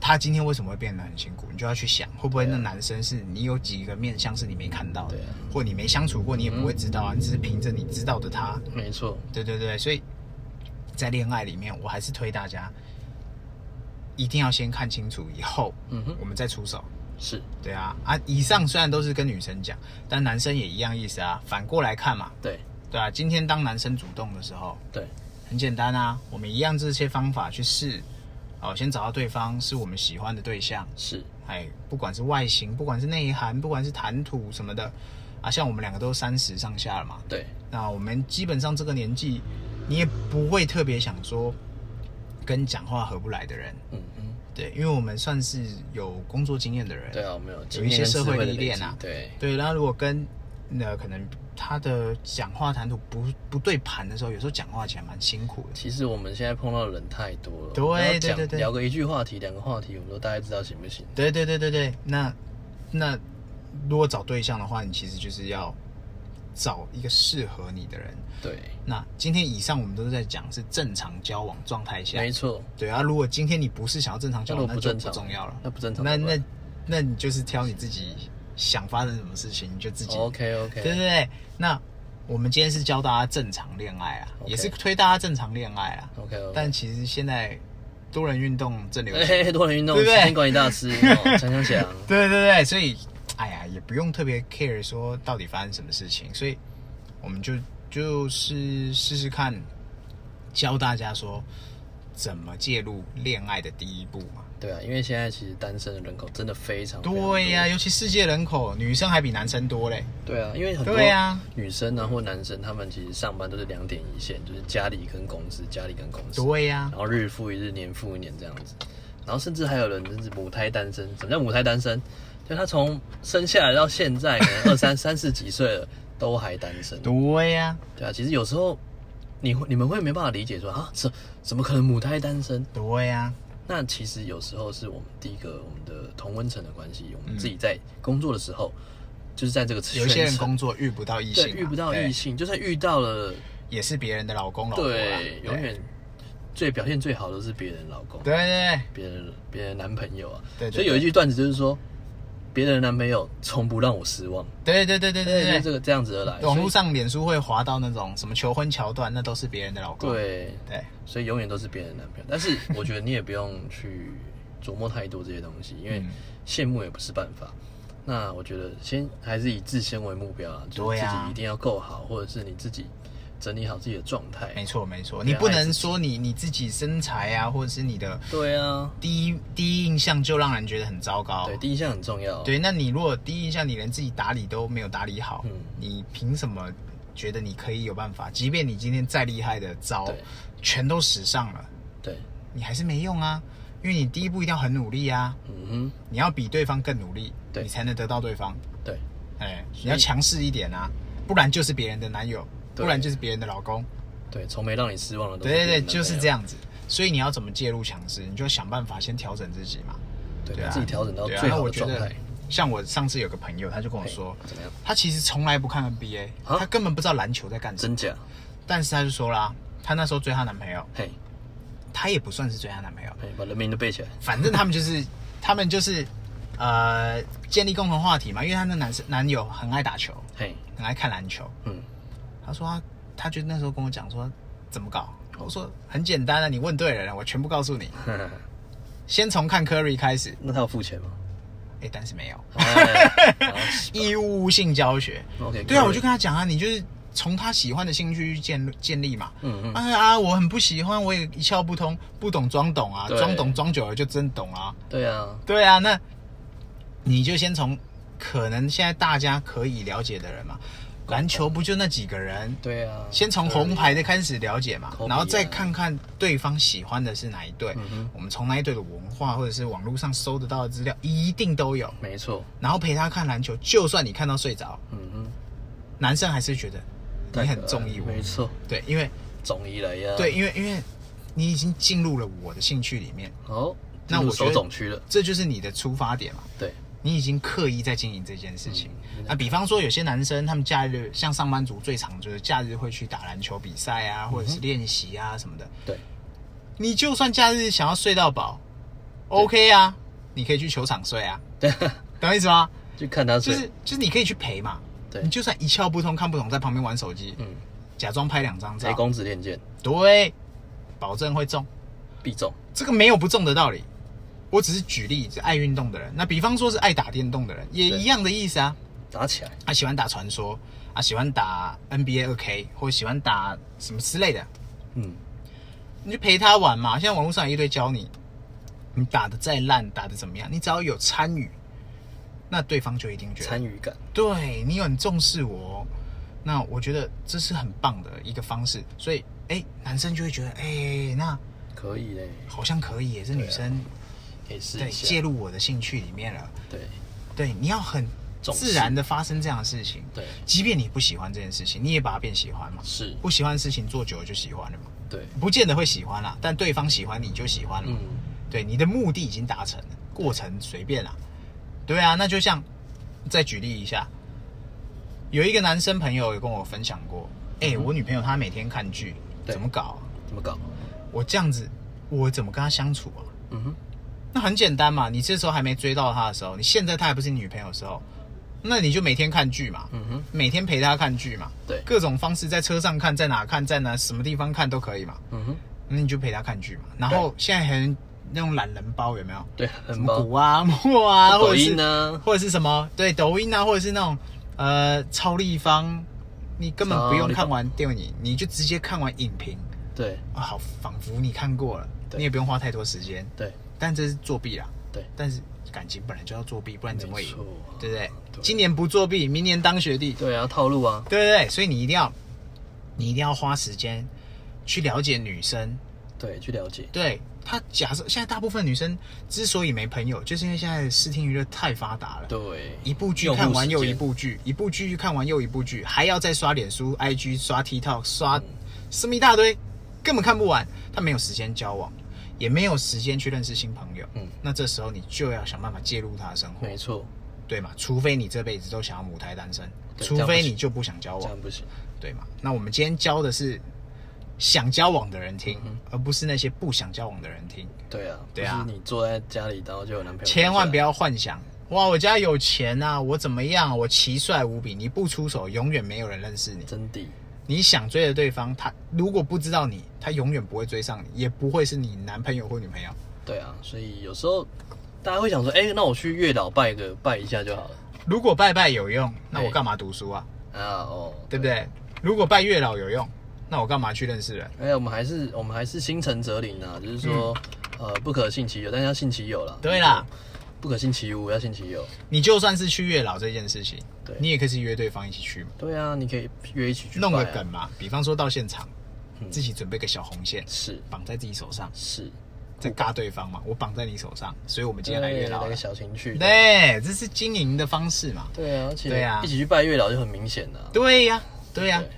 S3: 他今天为什么会变得很辛苦？你就要去想，会不会那男生是你有几个面相是你没看到的
S1: 对啊，
S3: 或你没相处过，你也不会知道啊，你只是凭着你知道的他。
S1: 没错，
S3: 对对对，所以在恋爱里面，我还是推大家一定要先看清楚，以后
S1: 嗯哼，
S3: 我们再出手。
S1: 是
S3: 对啊，啊，以上虽然都是跟女生讲，但男生也一样意思啊。反过来看嘛，
S1: 对
S3: 对啊，今天当男生主动的时候，
S1: 对，
S3: 很简单啊，我们一样这些方法去试，哦，先找到对方是我们喜欢的对象，
S1: 是
S3: 哎，不管是外形，不管是内涵，不管是谈吐什么的，啊，像我们两个都三十上下了嘛，
S1: 对，
S3: 那我们基本上这个年纪，你也不会特别想说跟讲话合不来的人，
S1: 嗯嗯，
S3: 对，因为我们算是有工作经验的人，
S1: 对啊，我们有
S3: 有一
S1: 经验
S3: 些
S1: 跟
S3: 社
S1: 智
S3: 会
S1: 慧的
S3: 历
S1: 累
S3: 练
S1: 积
S3: 啊
S1: 对，
S3: 对，然后如果跟那可能他的讲话谈吐不不对盘的时候，有时候讲话起来蛮辛苦的。
S1: 其实我们现在碰到的人太多了，
S3: 对
S1: 我们要讲
S3: 对对对
S1: 聊个一句话题、两个话题，我们都大概知道行不行。
S3: 对对对对对，那那如果找对象的话，你其实就是要找一个适合你的人。
S1: 对，
S3: 那今天以上我们都是在讲是正常交往状态下，
S1: 没错，
S3: 对啊。如果今天你不是想要正常交
S1: 那如果
S3: 往，那
S1: 不
S3: 就
S1: 正
S3: 不
S1: 常，
S3: 重要了。
S1: 那不正常
S3: 那
S1: 怎么办。
S3: 那那你就是挑你自己想发生什么事情，你就自己
S1: 哦 OK
S3: 对对
S1: OK，
S3: 对，那我们今天是教大家正常恋爱啊
S1: OK
S3: 也是推大家正常恋爱啊。
S1: OK OK，
S3: 但其实现在多人运动正流 行，
S1: 哎，多人运动，
S3: 对不对
S1: 时间管理大 师，哦强强强，
S3: 对对对，所以哎呀，也不用特别 care 说到底发生什么事情，所以我们就就是试试看，教大家说怎么介入恋爱的第一步嘛。
S1: 对啊，因为现在其实单身的人口真的非常非常多
S3: 对呀、尤其世界人口，女生还比男生多嘞。
S1: 对啊，因为很多
S3: 对呀
S1: 女生啊或男生，他们其实上班都是两点一线，就是家里跟公司，家里跟公司，
S3: 对呀、
S1: 然后日复一日，年复一年这样子。然后甚至还有人甚至母胎单身。什么叫母胎单身？就他从生下来到现在， 可能二三三十几岁了，都还单身。
S3: 对呀、
S1: 对啊，其实有时候你会你们会没办法理解说啊，怎怎么可能母胎单身？
S3: 对呀、
S1: 那其实有时候是我们第一个我们的同温层的关系，我们自己在工作的时候，就是在这个圈
S3: 有一些人
S1: 层
S3: 工作遇不到异性
S1: 对
S3: 嘛、
S1: 遇不到
S3: 对
S1: 异性，啊就算遇到了，
S3: 也是别人的老公老婆啦
S1: 对，永远最表现最好的是别人老公。
S3: 对对对
S1: 别人别人男朋友啊。
S3: 对对
S1: 所以有一句段子就是说，别人的男朋友从不让我失望，
S3: 对对对
S1: 对，
S3: 对
S1: 就是
S3: 对
S1: 这
S3: 对，
S1: 个这样子而来。
S3: 网络
S1: 所
S3: 上脸书会滑到那种什么求婚桥段，那都是别人的老
S1: 以
S3: 公。
S1: 对，
S3: 对
S1: 所以永远都是别人的男朋友。但是我觉得你也不用去琢磨太多这些东西，因为
S3: 嗯
S1: 羡慕也不是办法。那我觉得先还是以自身为目标啊，就是
S3: 对
S1: 自
S3: 啊
S1: 己一定要够好，或者是你自己整理好自己的状态
S3: 没。错没错，
S1: 对
S3: 你不
S1: 爱自
S3: 能
S1: 己
S3: 说你你自己身材啊，或者是你的
S1: 对啊，
S3: 第一第一印象就让人觉得很糟糕
S1: 对，。第一印象很重要。
S3: 对，那你如果第一印象你连自己打理都没有打理好
S1: 嗯，
S3: 你凭什么觉得你可以有办法？即便你今天再厉害的招
S1: 对
S3: 全都使上了，
S1: 对，
S3: 你还是没用啊，因为你第一步一定要很努力啊，
S1: 嗯
S3: 你要比对方更努力，
S1: 对
S3: 你才能得到对方。
S1: 哼，对
S3: 哎，
S1: 所以
S3: 你要强势一点啊，不然就是别人的男友，
S1: 对
S3: 不然就是别人的老公。
S1: 对，从没让你失望的都是
S3: 对对对，
S1: 别人的
S3: 就
S1: 男
S3: 是
S1: 友
S3: 这。样子。所以你要怎么介入强势，你就想办法先调整自己嘛。
S1: 对，
S3: 对
S1: 把
S3: 啊，
S1: 自己调整到
S3: 对啊
S1: 最
S3: 那
S1: 好
S3: 我
S1: 的
S3: 觉
S1: 状
S3: 得
S1: 态。
S3: 像我上次有个朋友，他就跟我说，
S1: 嘿怎么样？
S3: 他其实从来不看 NBA，
S1: 啊
S3: 他根本不知道篮球在干什么。
S1: 真假？
S3: 但是他就说啦，他那时候追她男朋友，
S1: 嘿，
S3: 他也不算是追她男朋友，
S1: 嘿，把人名都背起来。
S3: 反正他们就是，他们就是，呃，建立共同话题嘛。因为她那男生男友很爱打球，
S1: 嘿，
S3: 很爱看篮球。
S1: 嗯，
S3: 他说他他就那时候跟我讲说怎么搞，我说很简单啊，你问对人了，我全部告诉你。先从看 Curry 开始，
S1: 那他有付钱 吗？
S3: 哎，但是没有
S1: 哎好
S3: 义务性教学。
S1: OK，
S3: 对啊，
S1: Curry
S3: 我就跟他讲啊，你就是从他喜欢的兴趣去建建立嘛。
S1: 嗯嗯，
S3: 啊啊！我很不喜欢，我也一窍不通，不懂装懂啊，
S1: 对
S3: 装懂装久了就真懂啊。
S1: 对啊，
S3: 对啊，那你就先从可能现在大家可以了解的人嘛，篮球不就那几个人，
S1: 对啊，
S3: 先从红牌的开始了解嘛
S1: Kobe，啊
S3: 然后再看看对方喜欢的是哪一队。
S1: 嗯哼
S3: 我们从那一队的文化或者是网络上搜得到的资料，一定都有。
S1: 没错，
S3: 然后陪他看篮球，就算你看到睡着，
S1: 嗯哼，
S3: 男生还是觉得你很中意我。
S1: 没错，
S3: 对，因为
S1: 中意了呀，
S3: 对，，因为因为你已经进入了我的兴趣里面，
S1: 好，
S3: 那
S1: 进入
S3: 我觉
S1: 手
S3: 得
S1: 肿区了，
S3: 这就是你的出发点嘛。
S1: 对，
S3: 你已经刻意在经营这件事情。
S1: 嗯
S3: 那比方说，有些男生他们假日像上班族最常就是假日会去打篮球比赛
S1: 嗯
S3: 啊，或者是练习啊什么的。
S1: 对，
S3: 你就算假日想要睡到饱，OK 啊，你可以去球场睡啊，
S1: 对，
S3: 懂我意思吗？
S1: 就看他
S3: 就
S1: 睡，
S3: 是就是你可以去陪嘛。
S1: 啊对
S3: 你就算一窍不通、看不懂，在旁边玩手机，
S1: 嗯，
S3: 假装拍两张
S1: 雷
S3: 照，
S1: 公子练剑
S3: 对，保证会中。
S1: 必中，
S3: 这个没有不中的道理。我只是举例，是爱运动的人。那比方说是爱打电动的人，也
S1: 对
S3: 一样的意思啊。
S1: 打起来，
S3: 啊，喜欢打传说，啊，喜欢打 NBA 二 K，或喜欢打什么之类的，
S1: 嗯，
S3: 你就陪他玩嘛。现在网络上有一堆教你，你打的再烂，打的怎么样，你只要有参与，那对方就一定觉得
S1: 参与感，
S3: 对你有很重视我哦。那我觉得这是很棒的一个方式，所以哎，男生就会觉得哎，那
S1: 可以嘞，
S3: 好像可以耶，这女生
S1: 可以试
S3: 对
S1: 一
S3: 介
S1: 下，
S3: 入我的兴趣里面了。
S1: 对
S3: 对，你要很
S1: 重视
S3: 自然的发生这样的事情。
S1: 对
S3: 即便你不喜欢这件事情，你也把它变喜欢嘛。
S1: 是，
S3: 不喜欢的事情做久了就喜欢了嘛，
S1: 对，
S3: 不见得会喜欢啦，但对方喜欢你就喜欢了嘛。
S1: 嗯，
S3: 对，你的目的已经达成了，过程随便啦。对啊，那就像再举例一下，有一个男生朋友有跟我分享过，哎、我女朋友她每天看剧，
S1: 嗯对
S3: 怎么搞啊、
S1: 怎么搞？
S3: 我这样子，我怎么跟她相处啊？
S1: 嗯哼，
S3: 那很简单嘛，你这时候还没追到她的时候，你现在她还不是你女朋友的时候，那你就每天看剧嘛，
S1: 嗯哼，
S3: 每天陪她看剧嘛，
S1: 对
S3: 各种方式在车上看，在哪看，在哪什么地方看都可以嘛，
S1: 嗯哼，
S3: 那你就陪她看剧嘛。然后现在很那种懒人包有没有？
S1: 对，
S3: 什
S1: 很
S3: 么
S1: 棒
S3: 古，啊、墨啊，
S1: 哦
S3: 或
S1: 抖
S3: 者是
S1: 音呢，
S3: 或者是什么对抖音啊，或者是那种呃超立方，你根本不
S1: 超
S3: 用
S1: 立方
S3: 看完电影，你就直接看完影评
S1: 对
S3: 啊，好仿佛你看过了，
S1: 对
S3: 你也不用花太多时间，
S1: 对
S3: 但这是作弊啦。
S1: 对，
S3: 但是感情本来就要作弊，不然怎么会
S1: 没
S3: 赢
S1: 错？，啊
S3: 对不对？
S1: 对
S3: 今年不作弊，明年当学弟，
S1: 对啊，套路啊，
S3: 对不对？所以你一定要，你一定要花时间去了解女生。
S1: 对，去了解，
S3: 对她，假设现在大部分女生之所以没朋友，就是因为现在的视听娱乐太发达了。
S1: 对，
S3: 一部剧
S1: 用户
S3: 看完又
S1: 时
S3: 一
S1: 间
S3: 部剧，一部剧看完又一部剧，还要再刷脸书、IG、刷 TikTok、刷
S1: 嗯
S3: 什么一大堆，根本看不完。他没有时间交往，也没有时间去认识新朋友。
S1: 嗯
S3: 那这时候你就要想办法介入他的生活，
S1: 没错，
S3: 对嘛？除非你这辈子都想要母胎单身，
S1: 对
S3: 除
S1: 这样不
S3: 非
S1: 行
S3: 你就不想交
S1: 这
S3: 往，
S1: 样不行，
S3: 对嘛？那我们今天教的是想交往的人
S1: 嗯
S3: 听，而不是那些不想交往的人听。
S1: 对啊，
S3: 对啊
S1: 就是你坐在家里，然后就有男朋友，
S3: 千万不要幻想哇，我家有钱啊，我怎么样，我奇帅无比。你不出手，永远没有人认识你。
S1: 真的，
S3: 你想追的对方，他如果不知道你，他永远不会追上你，也不会是你男朋友或女朋友。
S1: 对啊，所以有时候大家会想说，哎、那我去月岛拜个拜一下就好了
S3: 如果拜拜有用，那我
S1: 对
S3: 干嘛读书啊？
S1: 啊，哦，
S3: 对不对？如果拜月老有用，那我干嘛去认识人？
S1: 哎、我们还是我们还是心诚则灵啊，就是说，呃，不可信其有，但是要信其有啦。
S3: 对啦，
S1: 不可信其无，要信其有。
S3: 你就算是去月老这件事情，
S1: 对
S3: 你也可以是约对方一起去嘛，
S1: 对啊，你可以约一起去、啊、
S3: 弄个梗，嘛。比方说到现场，
S1: 嗯
S3: 自己准备个小红线，
S1: 是
S3: 绑在自己手上，
S1: 是，
S3: 再尬对方嘛。我绑在你手上，所以我们今天来月老
S1: 来
S3: 了
S1: 个。小情趣。
S3: 对，这是经营的方式嘛。
S1: 对啊，而且
S3: 对啊
S1: 一起去拜月老就很明显了、啊。
S3: 对呀、对啊呀、
S1: 对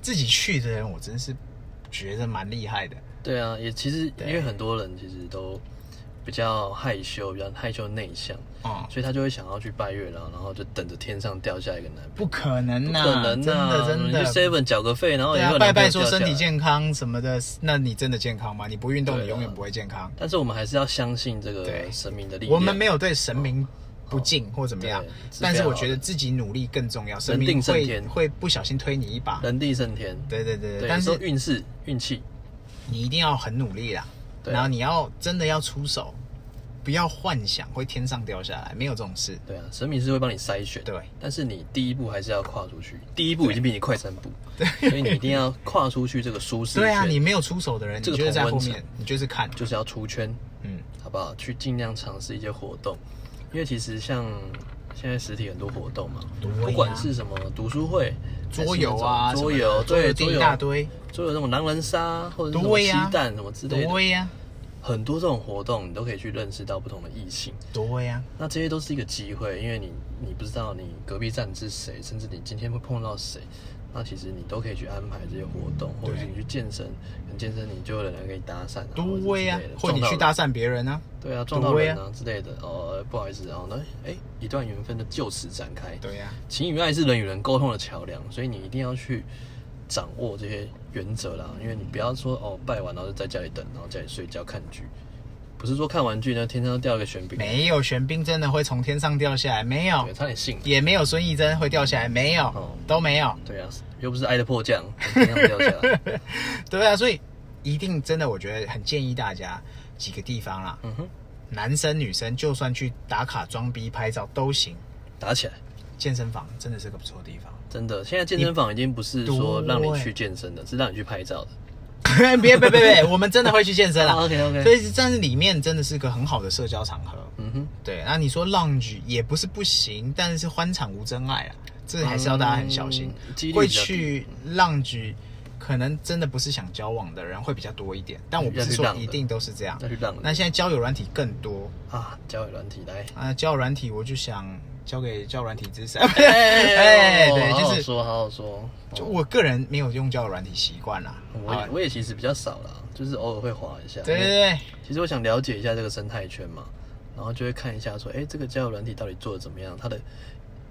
S3: 自己去的人，我真是觉得蛮厉害的。
S1: 对啊，也其实因为很多人其实都比较害羞，比较害羞内向，
S3: 哦、
S1: 所以他就会想要去拜月老，然后就等着天上掉下一个男
S3: 不可能
S1: 不
S3: 呐、
S1: 可能
S3: 真
S1: 啊！
S3: 的真
S1: 你去
S3: 的。
S1: Seven 缴个费，然后
S3: 对
S1: 也会
S3: 啊，
S1: 有
S3: 拜
S1: 男朋
S3: 拜
S1: 友
S3: 说
S1: 掉下
S3: 身体
S1: 来
S3: 健康什么的，那你真的健康吗？你不运动，
S1: 对啊
S3: 你永远不会健康。
S1: 但是我们还是要相信这
S3: 对
S1: 个神明的力量。
S3: 我们没有对神明不敬或怎么样
S1: 对，
S3: 但是我觉
S1: 是非常好
S3: 得
S1: 的
S3: 自己努力更重要。神
S1: 人
S3: 明
S1: 定胜
S3: 会
S1: 天
S3: 会不小心推你一把。
S1: 人地胜天，
S3: 对对对，对
S1: 对，
S3: 但
S1: 有时
S3: 是
S1: 候运势、运气，
S3: 你一定要很努力啦，
S1: 对啊
S3: 然后你要真的要出手，不要幻想会天上掉下来，没有这种事。
S1: 对啊，神明是会帮你筛选，
S3: 对，
S1: 但是你第一步还是要跨出去，第一步已经比你快三步，所以你一定要跨出去这个舒适圈，
S3: 对啊，你没有出手的人，
S1: 这
S3: 你
S1: 个
S3: 就是在后
S1: 同温
S3: 面
S1: 层，
S3: 你就是看，
S1: 就是要出圈，
S3: 嗯，
S1: 好不好？去尽量尝试一些活动，因为其实像现在实体很多活动嘛，
S3: 对啊
S1: 不管是什么读书会、
S3: 桌游啊
S1: 还是那种桌
S3: 什么的
S1: 游
S3: 桌游
S1: 对
S3: 店
S1: 桌
S3: 一
S1: 游
S3: 大堆，
S1: 桌游那种狼人杀或者是什么
S3: 对
S1: 鸡
S3: 啊
S1: 蛋什么之类的，
S3: 对呀，
S1: 很多这种活动你都可以去认识到不同的异性。
S3: 对呀，
S1: 那这些都是一个机会，因为你你不知道你隔壁站是谁，甚至你今天会碰到谁，那其实你都可以去安排这些活动，或者是你去健身，可能健身你就有人来跟你搭讪啊，或者
S3: 对呀
S1: 之类的，
S3: 或你去
S1: 撞到
S3: 搭
S1: 人
S3: 讪别人啊，
S1: 对啊，撞到人
S3: 对
S1: 啊之类的，哦，呃不好意思，然后呢，哎，一段缘分的就此展开。
S3: 对啊呀，
S1: 情与爱是人与人沟通的桥梁，所以你一定要去掌握这些原则啦，因为你不要说哦拜完然后就在家里等，然后家里睡觉看剧，不是说看完剧呢天上掉一个玄饼，
S3: 没有玄彬真的会从天上掉下来，没有
S1: 对，，差点信了。
S3: 也没有孙艺珍会掉下来，没有
S1: 哦，
S3: 都没有，
S1: 对啊，又不是爱的迫降，怎样掉下 来？
S3: 对啊，所以一定真的，我觉得很建议大家几个地方啦，
S1: 嗯哼，
S3: 男生女生就算去打卡装逼拍照都行，
S1: 打起来，
S3: 健身房真的是个不错的地方。
S1: 真的。现在健身房已经不是
S3: 欸
S1: 说让你去健身的，是让你去拍照的。
S3: 别别别别，我们真的会去健身啦。
S1: OK OK，
S3: 所以，但是里面真的是个很好的社交场合。
S1: 嗯哼，
S3: 对，那你说 lounge 也不是不行，但是欢场无真爱啊，这还是要大家很小心。
S1: 嗯几率比较低
S3: 会去 lounge，可能真的不是想交往的人会比较多一点，但我不是说一定都是这样
S1: 要。去浪。
S3: 那现在交友软体更多，
S1: 啊，交友软体来，
S3: 啊，交友软体我就想交给交友软体之神。
S1: 哎
S3: 哎，
S1: 好
S3: 对，
S1: 哦好
S3: 就是
S1: 说好好说。哦
S3: 就我个人没有用交友软体习惯啦。
S1: 我
S3: 啊
S1: 也我也其实比较少啦，就是偶尔会滑一下。
S3: 对
S1: 因
S3: 对
S1: 为
S3: 对，
S1: 其实我想了解一下这个生态圈嘛，然后就会看一下说，哎，这个交友软体到底做的怎么样？它的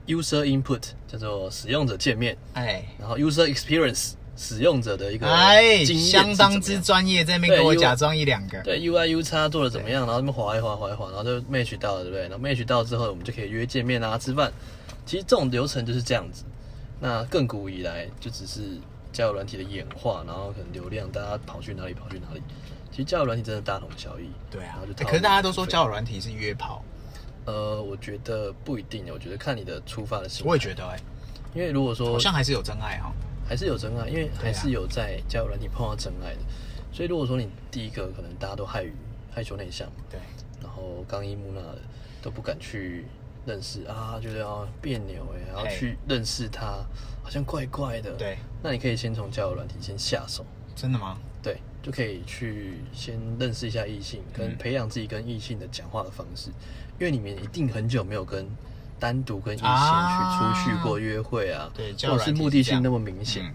S1: user input 叫做使用者界面，
S3: 哎
S1: 然后 user experience 使用者的一个
S3: 哎，
S1: 经验是
S3: 相
S1: 怎么
S3: 当之
S1: 样
S3: 专业，在那边给
S1: 对
S3: 我
S1: 因为
S3: 假装一两个。
S1: 对 UI U 叉做的怎么样，然后那边划一划划一划，然后就 match 到了，对不对？然后 match 到之后，我们就可以约见面啊，吃饭。其实这种流程就是这样子。那亘古以来就只是交友软体的演化，然后可能流量大家跑去哪里跑去哪里。其实交友软体真的大同小异。
S3: 对
S1: 然
S3: 啊
S1: 后就，
S3: 哎
S1: 套
S3: 可是大家都说
S1: 路费
S3: 交友软体是约炮，
S1: 呃，我觉得不一定，我觉得看你的出发的心态。
S3: 我也觉得哎，
S1: 因为如果说
S3: 好像还是有真爱哦哈。
S1: 还是有真爱，因为
S3: 啊
S1: 还是有在交友软体碰到真爱的。所以如果说你第一个可能大家都害于害羞内向嘛，
S3: 对，
S1: 然后刚一木讷的都不敢去认识啊，觉得啊别扭哎，然后
S3: 嘿
S1: 去认识他，好像怪怪的。
S3: 对，
S1: 那你可以先从交友软体先下手，
S3: 真的吗？
S1: 对，就可以去先认识一下异性，
S3: 嗯
S1: 跟培养自己跟异性的讲话的方式，因为你们一定很久没有跟单独跟异性
S3: 啊
S1: 去出去过约会啊，
S3: 对交友
S1: 或者是
S3: 软体
S1: 目
S3: 是
S1: 的
S3: 这样
S1: 性那么明显，
S3: 嗯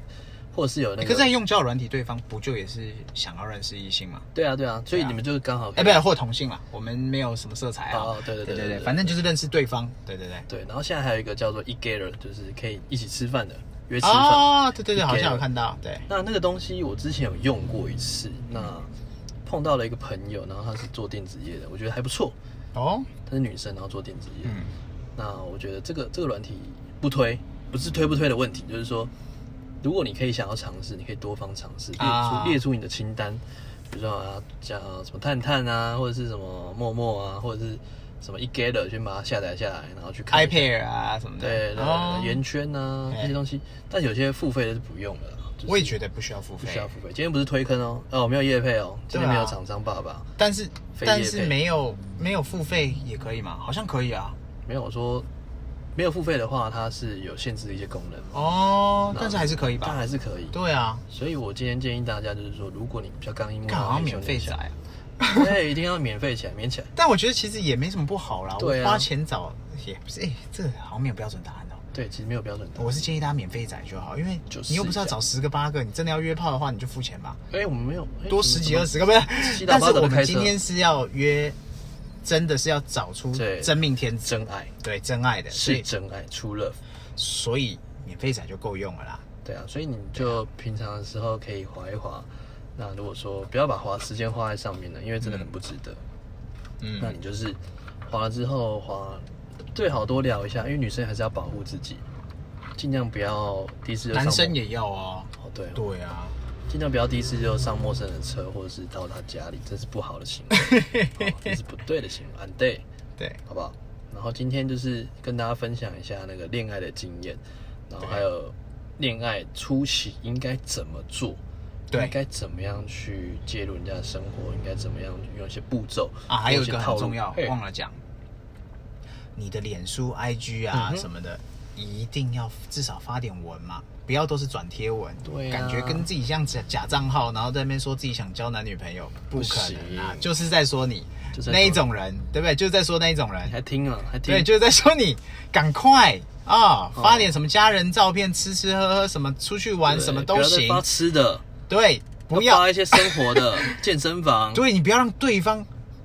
S1: 或者是有那
S3: 哎
S1: 个，
S3: 可是在用交友软体，对方不就也是想要认识异性吗？
S1: 对啊对啊，所以你们就是刚好可
S3: 哎，
S1: 以
S3: 不是，或同性啦，我们没有什么色彩啊
S1: 哦。对
S3: 对
S1: 对对
S3: 对
S1: 对
S3: 对，
S1: 对
S3: 反正就是认识对方。对对对。
S1: 对，然后现在还有一个叫做 e g a t e r 就是可以一起吃饭的约吃饭。
S3: 哦，对对对，
S1: 一
S3: 好
S1: 给
S3: 像有
S1: 了
S3: 看到，对，
S1: 那那个东西我之前有用过一次，那碰到了一个朋友，然后他是做电子业的，我觉得还不错，
S3: 哦，
S1: 她是女生，然后做电子业。
S3: 嗯
S1: 那我觉得这个这个软体不推，不是推不推的问题，就是说，如果你可以想要尝试，你可以多方尝试，列出、
S3: 啊
S1: 列出你的清单，比如说啊，像啊什么探探啊，或者是什么陌陌啊，或者是什么 eGather，先把它下载下来，然后去看一下。
S3: ，iPad 啊什么的，
S1: 对对
S3: 哦哎
S1: 对，圆圈啊
S3: 对
S1: 这些东西，但有些付费的是不用的啦，就是
S3: 我也觉得不需要付
S1: 不
S3: 费
S1: 需，要付费。今天不是推坑哦，哦，没有业配哦，今天
S3: 对啊
S1: 没有厂商爸爸，
S3: 但是
S1: 非业
S3: 但是
S1: 配
S3: 没有没有付费也可以嘛？好像可以啊。
S1: 没有我说没有付费的话，它是有限制的一些功能嘛，
S3: 哦，
S1: 那
S3: 但是还是可以
S1: 但
S3: 吧？
S1: 还是可以。
S3: 对啊，
S1: 所以我今天建议大家就是说，如果你比较刚硬，
S3: 看好像免费仔
S1: 仔，
S3: 啊。
S1: 对，一定要免费起来，免起来。
S3: 但我觉得其实也没什么不好啦，
S1: 对啊
S3: 我花钱找也不是，哎、这好像没有标准答案哦、
S1: 对，其实没有标准答案。
S3: 我是建议大家免费载就好，因为
S1: 就试一下
S3: 你又不是要找十个八个，你真的要约炮的话，你就付钱吧，
S1: 哎，我们没有哎
S3: 多十几
S1: 怎么
S3: 二十个不是
S1: 七。大
S3: 但
S1: 八
S3: 是
S1: 早就
S3: 我们
S1: 开
S3: 今
S1: 车
S3: 天是要约，真的是要找出
S1: 对
S3: 真命天子，
S1: 真爱
S3: 对真爱的，所
S1: 是
S3: 以
S1: 真爱，true love。
S3: 所以免费载就够用了啦。
S1: 对啊，所以你就平常的时候可以划一划。那如果说不要把花时间花在上面了，因为真的很不值得。那
S3: 嗯，
S1: 你就是划了之后划，最好多聊一下，因为女生还是要保护自己，尽量不要第一次就上
S3: 男生
S1: 陌
S3: 也要哦，
S1: 哦对哦
S3: 对啊，
S1: 尽量不要第一次就上陌生人的车，或者是到他家里，这是不好的行 为，哦这是不对的行为，对，
S3: 对，
S1: 好不好？然后今天就是跟大家分享一下那个恋爱的经验，然后还有恋爱初期应该怎么做，
S3: 对
S1: 应该怎么样去介入人家的生活，应该怎么样用一些步骤
S3: 啊，还有一个
S1: 用些套
S3: 很
S1: 路
S3: 重要
S1: 嘿，
S3: 忘了讲，你的脸书、IG 啊
S1: 嗯哼
S3: 什么的，一定要至少发点文嘛，不要都是转贴文，
S1: 对啊
S3: 感觉跟自己像假假账号，然后在那边说自己想交男女朋友，不可能啊
S1: 不行，
S3: 就是在说你
S1: 就是在说你
S3: 那一种人，对不对？就是在说那一种人
S1: 你，还听啊？还听？
S3: 对，就是在说你赶快
S1: 哦
S3: 啊、发点什么家人照片，吃吃喝喝什么，出去玩
S1: 对
S3: 什么
S1: 不
S3: 都
S1: 要再
S3: 行
S1: 发，吃的，
S3: 对，不
S1: 要
S3: 要
S1: 发一些生活的健身 房，
S3: 对你不要让对方，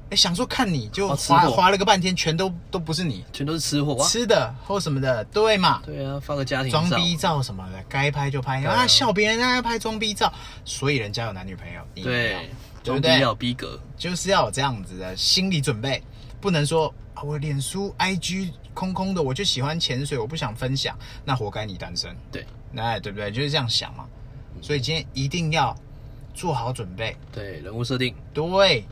S3: 哎，想说看你就
S1: 嗯哦吃
S3: 划
S1: 货
S3: 划了个半天，全都都不是你
S1: 全都是吃货哇。
S3: 吃的或什么的，对嘛？
S1: 对啊，发个家庭
S3: 装
S1: 照，
S3: 逼照什么的，该拍就拍
S1: 啊
S3: 啊，笑别人啊，拍装逼照，所以人家有男女朋友，你没有
S1: 对，
S3: 对不
S1: 装逼
S3: 对
S1: 要？有逼格，
S3: 就是要有这样子的心理准备，不能说啊，我脸书、IG 空空的，我就喜欢潜水，我不想分享，那活该你单身，
S1: 对
S3: 那对不对？就是这样想嘛。
S1: 嗯
S3: 所以今天一定要做好准备，
S1: 对，人物设定，
S3: 对，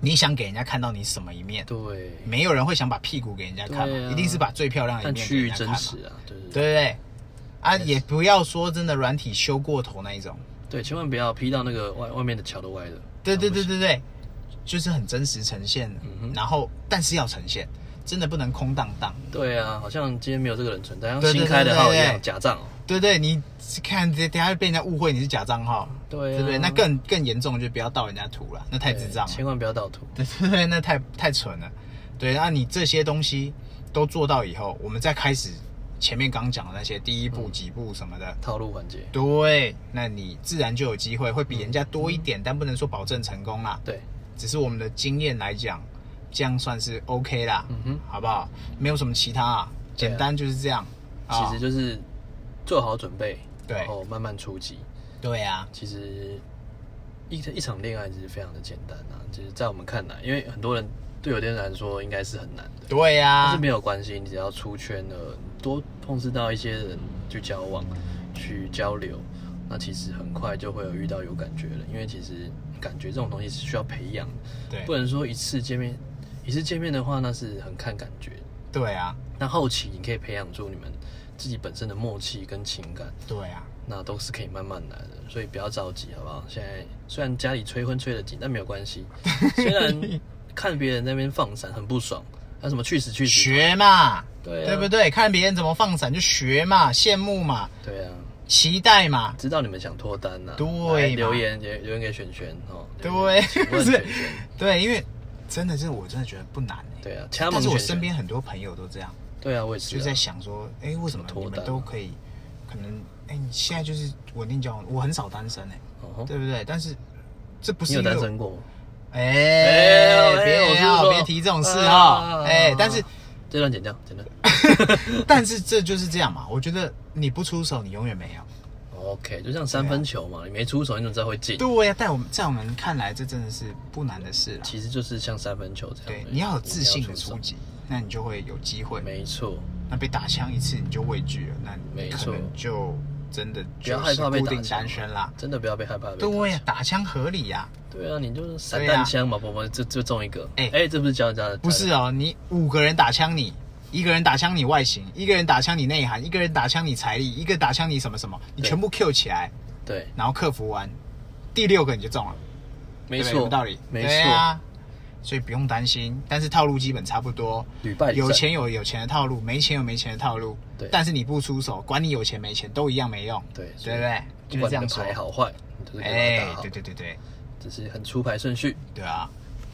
S3: 你想给人家看到你什么一面？
S1: 对，
S3: 没有人会想把屁股给人家看嘛，
S1: 对啊
S3: 一定是把最漂亮的一
S1: 但
S3: 面
S1: 趋
S3: 给
S1: 于
S3: 人家
S1: 真
S3: 看嘛，
S1: 实啊，对对对
S3: 对不对？啊，也不要说真的软体修过头那一种，
S1: 对，千万不要 P 到那个外外面的桥的歪的，
S3: 对对对
S1: 这样
S3: 对对，就是很真实呈现，
S1: 嗯哼
S3: 然后但是要呈现，真的不能空荡荡。
S1: 不行，对啊，好像今天没有这个人存在，像
S3: 对对
S1: 新开的号一
S3: 对对
S1: 样
S3: 对
S1: 假账哦，
S3: 对对，你看等等下被人家误会你是假账号，
S1: 对啊
S3: 对不对？那更更严重就不要盗人家图了，那太智障
S1: 对
S3: 了。
S1: 千万不要盗图，
S3: 对对对，那太太蠢了。对，那你这些东西都做到以后，我们再开始前面刚讲的那些第一
S1: 嗯
S3: 步、几步什么的，
S1: 套路环节，
S3: 对，那你自然就有机会会比人家多一
S1: 嗯
S3: 点，但不能说保证成功啦。
S1: 对，
S3: 只是我们的经验来讲，这样算是 OK 啦，
S1: 嗯哼，
S3: 好不好？没有什么其他、啊，
S1: 对啊
S3: 简单就是这样。啊
S1: 其实就是做好准备，
S3: 对
S1: 然后慢慢出击，
S3: 对啊，
S1: 其实一一场恋爱其实非常的简单啊，就是在我们看来，因为很多人对有些人来说应该是很难的。
S3: 对
S1: 但是
S3: 啊
S1: 没，有关系，你只要出圈了，多碰识到一些人去交往、去交流，那其实很快就会有遇到有感觉了。因为其实感觉这种东西是需要培养的，
S3: 对
S1: 不能说一次见面，一次见面的话那是很看感觉。
S3: 对啊，
S1: 那后期你可以培养出你们自己本身的默契跟情感，
S3: 对啊，
S1: 那都是可以慢慢来的，所以不要着急，好不好？现在虽然家里催婚催得紧，但没有关系。虽然看别人在那边放闪很不爽，那什么去死去死，
S3: 学嘛，
S1: 对啊
S3: 对不对？看别人怎么放闪就学嘛，羡慕嘛，
S1: 对啊，
S3: 期待嘛，
S1: 知道你们想脱单呐、啊，
S3: 对嘛
S1: 来留言留留言给璇璇哦，
S3: 对
S1: 请问
S3: 是
S1: 璇璇，
S3: 对，因为真的是我真的觉得不难、欸。
S1: 对啊，掐
S3: 但
S1: 门
S3: 是
S1: 璇
S3: 我
S1: 璇
S3: 身边很多朋友都这样，
S1: 对啊，我也是、
S3: 就
S1: 啊，
S3: 在想说，哎、为什么
S1: 脱
S3: 你
S1: 单
S3: 们
S1: 啊
S3: 都可以？可能，哎、你现在就是稳定交往，我很少单身哎、
S1: 哦吼
S3: 对不对？但是这不
S1: 你
S3: 是
S1: 有
S3: 因为
S1: 单
S3: 我
S1: 身过吗？
S3: 哎、
S1: 哎哎我
S3: 别
S1: 是
S3: 要
S1: 说
S3: 别提这种事
S1: 啊
S3: 哈，哎、但是
S1: 这段剪 掉，剪掉，
S3: 但是这就是这样嘛，我觉得你不出手，你永远没有，
S1: OK，就像三分球嘛，你没出手你怎么知道会进？
S3: 啊对呀、在我们在我们看来，这真的是不难的事了。
S1: 其实就是像三分球这样而已。
S3: 对，你要有自信的
S1: 你要
S3: 出
S1: 出
S3: 击，那你就会有机会
S1: 手。。没错，
S3: 那被打枪一次你就畏惧了，那你
S1: 没
S3: 可
S1: 错
S3: 能就真的
S1: 不要
S3: 就
S1: 害
S3: 是
S1: 怕被
S3: 固
S1: 打
S3: 定
S1: 枪
S3: 单身啦。
S1: 真的不要被害怕被打
S3: 对呀，打枪合理呀、
S1: 对啊，你就是散
S3: 对啊
S1: 弹枪嘛，宝宝、就就中一个。
S3: 哎
S1: 哎、这不是教人家的？
S3: 不是哦，你五个人打枪你，一个人打枪你外形，一个人打枪你内涵，一个人打枪你财力，一个打枪你什么什么，你
S1: 对
S3: 全部 Q 起来，
S1: 对，
S3: 然后克服完，第六个你就中了，
S1: 没
S3: 对不对有
S1: 错，
S3: 道理，
S1: 没
S3: 对
S1: 错，
S3: 啊，所以不用担心，但是套路基本差不多，
S1: 屡败屡
S3: 有
S1: 战
S3: 钱有有钱的套路，没钱有没钱的套路，
S1: 对
S3: 但是你不出手，管你有钱没钱都一样没用，
S1: 对
S3: 对不对？
S1: 不
S3: 就
S1: 管
S3: 是这
S1: 你的
S3: 样说哦
S1: 牌，好坏，你就是给
S3: 哎
S1: 它打，好，
S3: 对对对对
S1: 只是很出牌顺序。
S3: 对啊，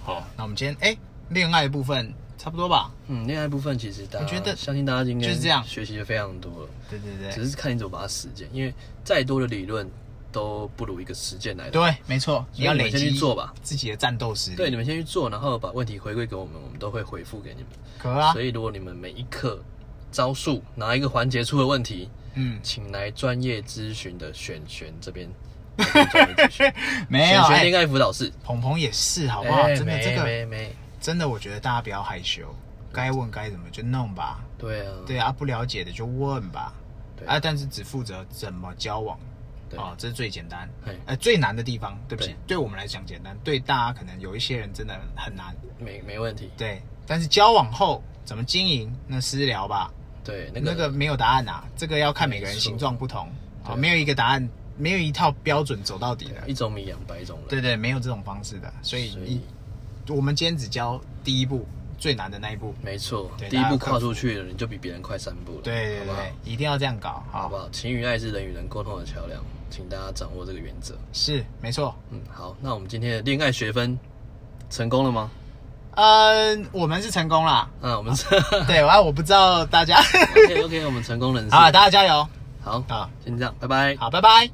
S1: 好，
S3: 那我们今天哎，恋爱的部分差不多吧，
S1: 嗯，恋爱部分其实大家，
S3: 我觉得
S1: 相信大家今天
S3: 就是这样
S1: 学习的非常多了，
S3: 对对对，
S1: 只是看你怎么把它实践，因为再多的理论都不如一个实践来的。
S3: 对，没错，你
S1: 以
S3: 要
S1: 你们
S3: 累
S1: 先去
S3: 积
S1: 做吧
S3: 自己的战斗实力。
S1: 对，你们先去做，然后把问题回馈给我们，我们都会回复给你们。
S3: 可啊
S1: 所，以，如果你们每一课招数哪一个环节出了问题，
S3: 嗯，
S1: 请来专业咨询的选璇这边。专业咨询
S3: 没有
S1: 选，璇
S3: 哎
S1: 恋爱辅导室，
S3: 鹏鹏也是，好
S1: 好
S3: 不好？真的，
S1: 哎没
S3: 这个
S1: 没没，
S3: 真的，我觉得大家不要害羞，该问该怎么就弄吧。
S1: 对啊，
S3: 对啊，不了解的就问吧。
S1: 对
S3: 啊，但是只负责怎么交往，
S1: 对
S3: 哦，这是最简单
S1: 嘿。
S3: 呃，最难的地方，对不起
S1: 对，
S3: 对我们来讲简单，对大家可能有一些人真的很难。
S1: 没没问题。
S3: 对，但是交往后怎么经营，那私聊吧。
S1: 对，那个
S3: 那个没有答案啊，这个要看每个人
S1: 没错
S3: 形状不同啊、
S1: 对
S3: 没有一个答案，没有一套标准走到底的。
S1: 一种米养百种人，
S3: 对对，没有这种方式的，所以
S1: 所以
S3: 一我们今天只教第一步最难的那一步。
S1: 没错
S3: 对，
S1: 第一
S3: 大家要
S1: 步
S3: 克服
S1: 跨出去了，你就比别人快三步了，
S3: 对
S1: 好
S3: 对
S1: 不好
S3: 对，？一定要这样搞
S1: 好
S3: 好
S1: 不好？情与爱是人与人沟通的桥梁，请大家掌握这个原则。
S3: 是没错。
S1: 嗯，好，那我们今天的恋爱学分成功了吗？
S3: 嗯，我们是成功 啦。
S1: 啊，我们 是
S3: 对，啊，我不知道大家，
S1: OK OK，我们成功人士。
S3: 好，大家加油
S1: 好，
S3: 啊！
S1: 先这样，拜拜。
S3: 好，拜拜。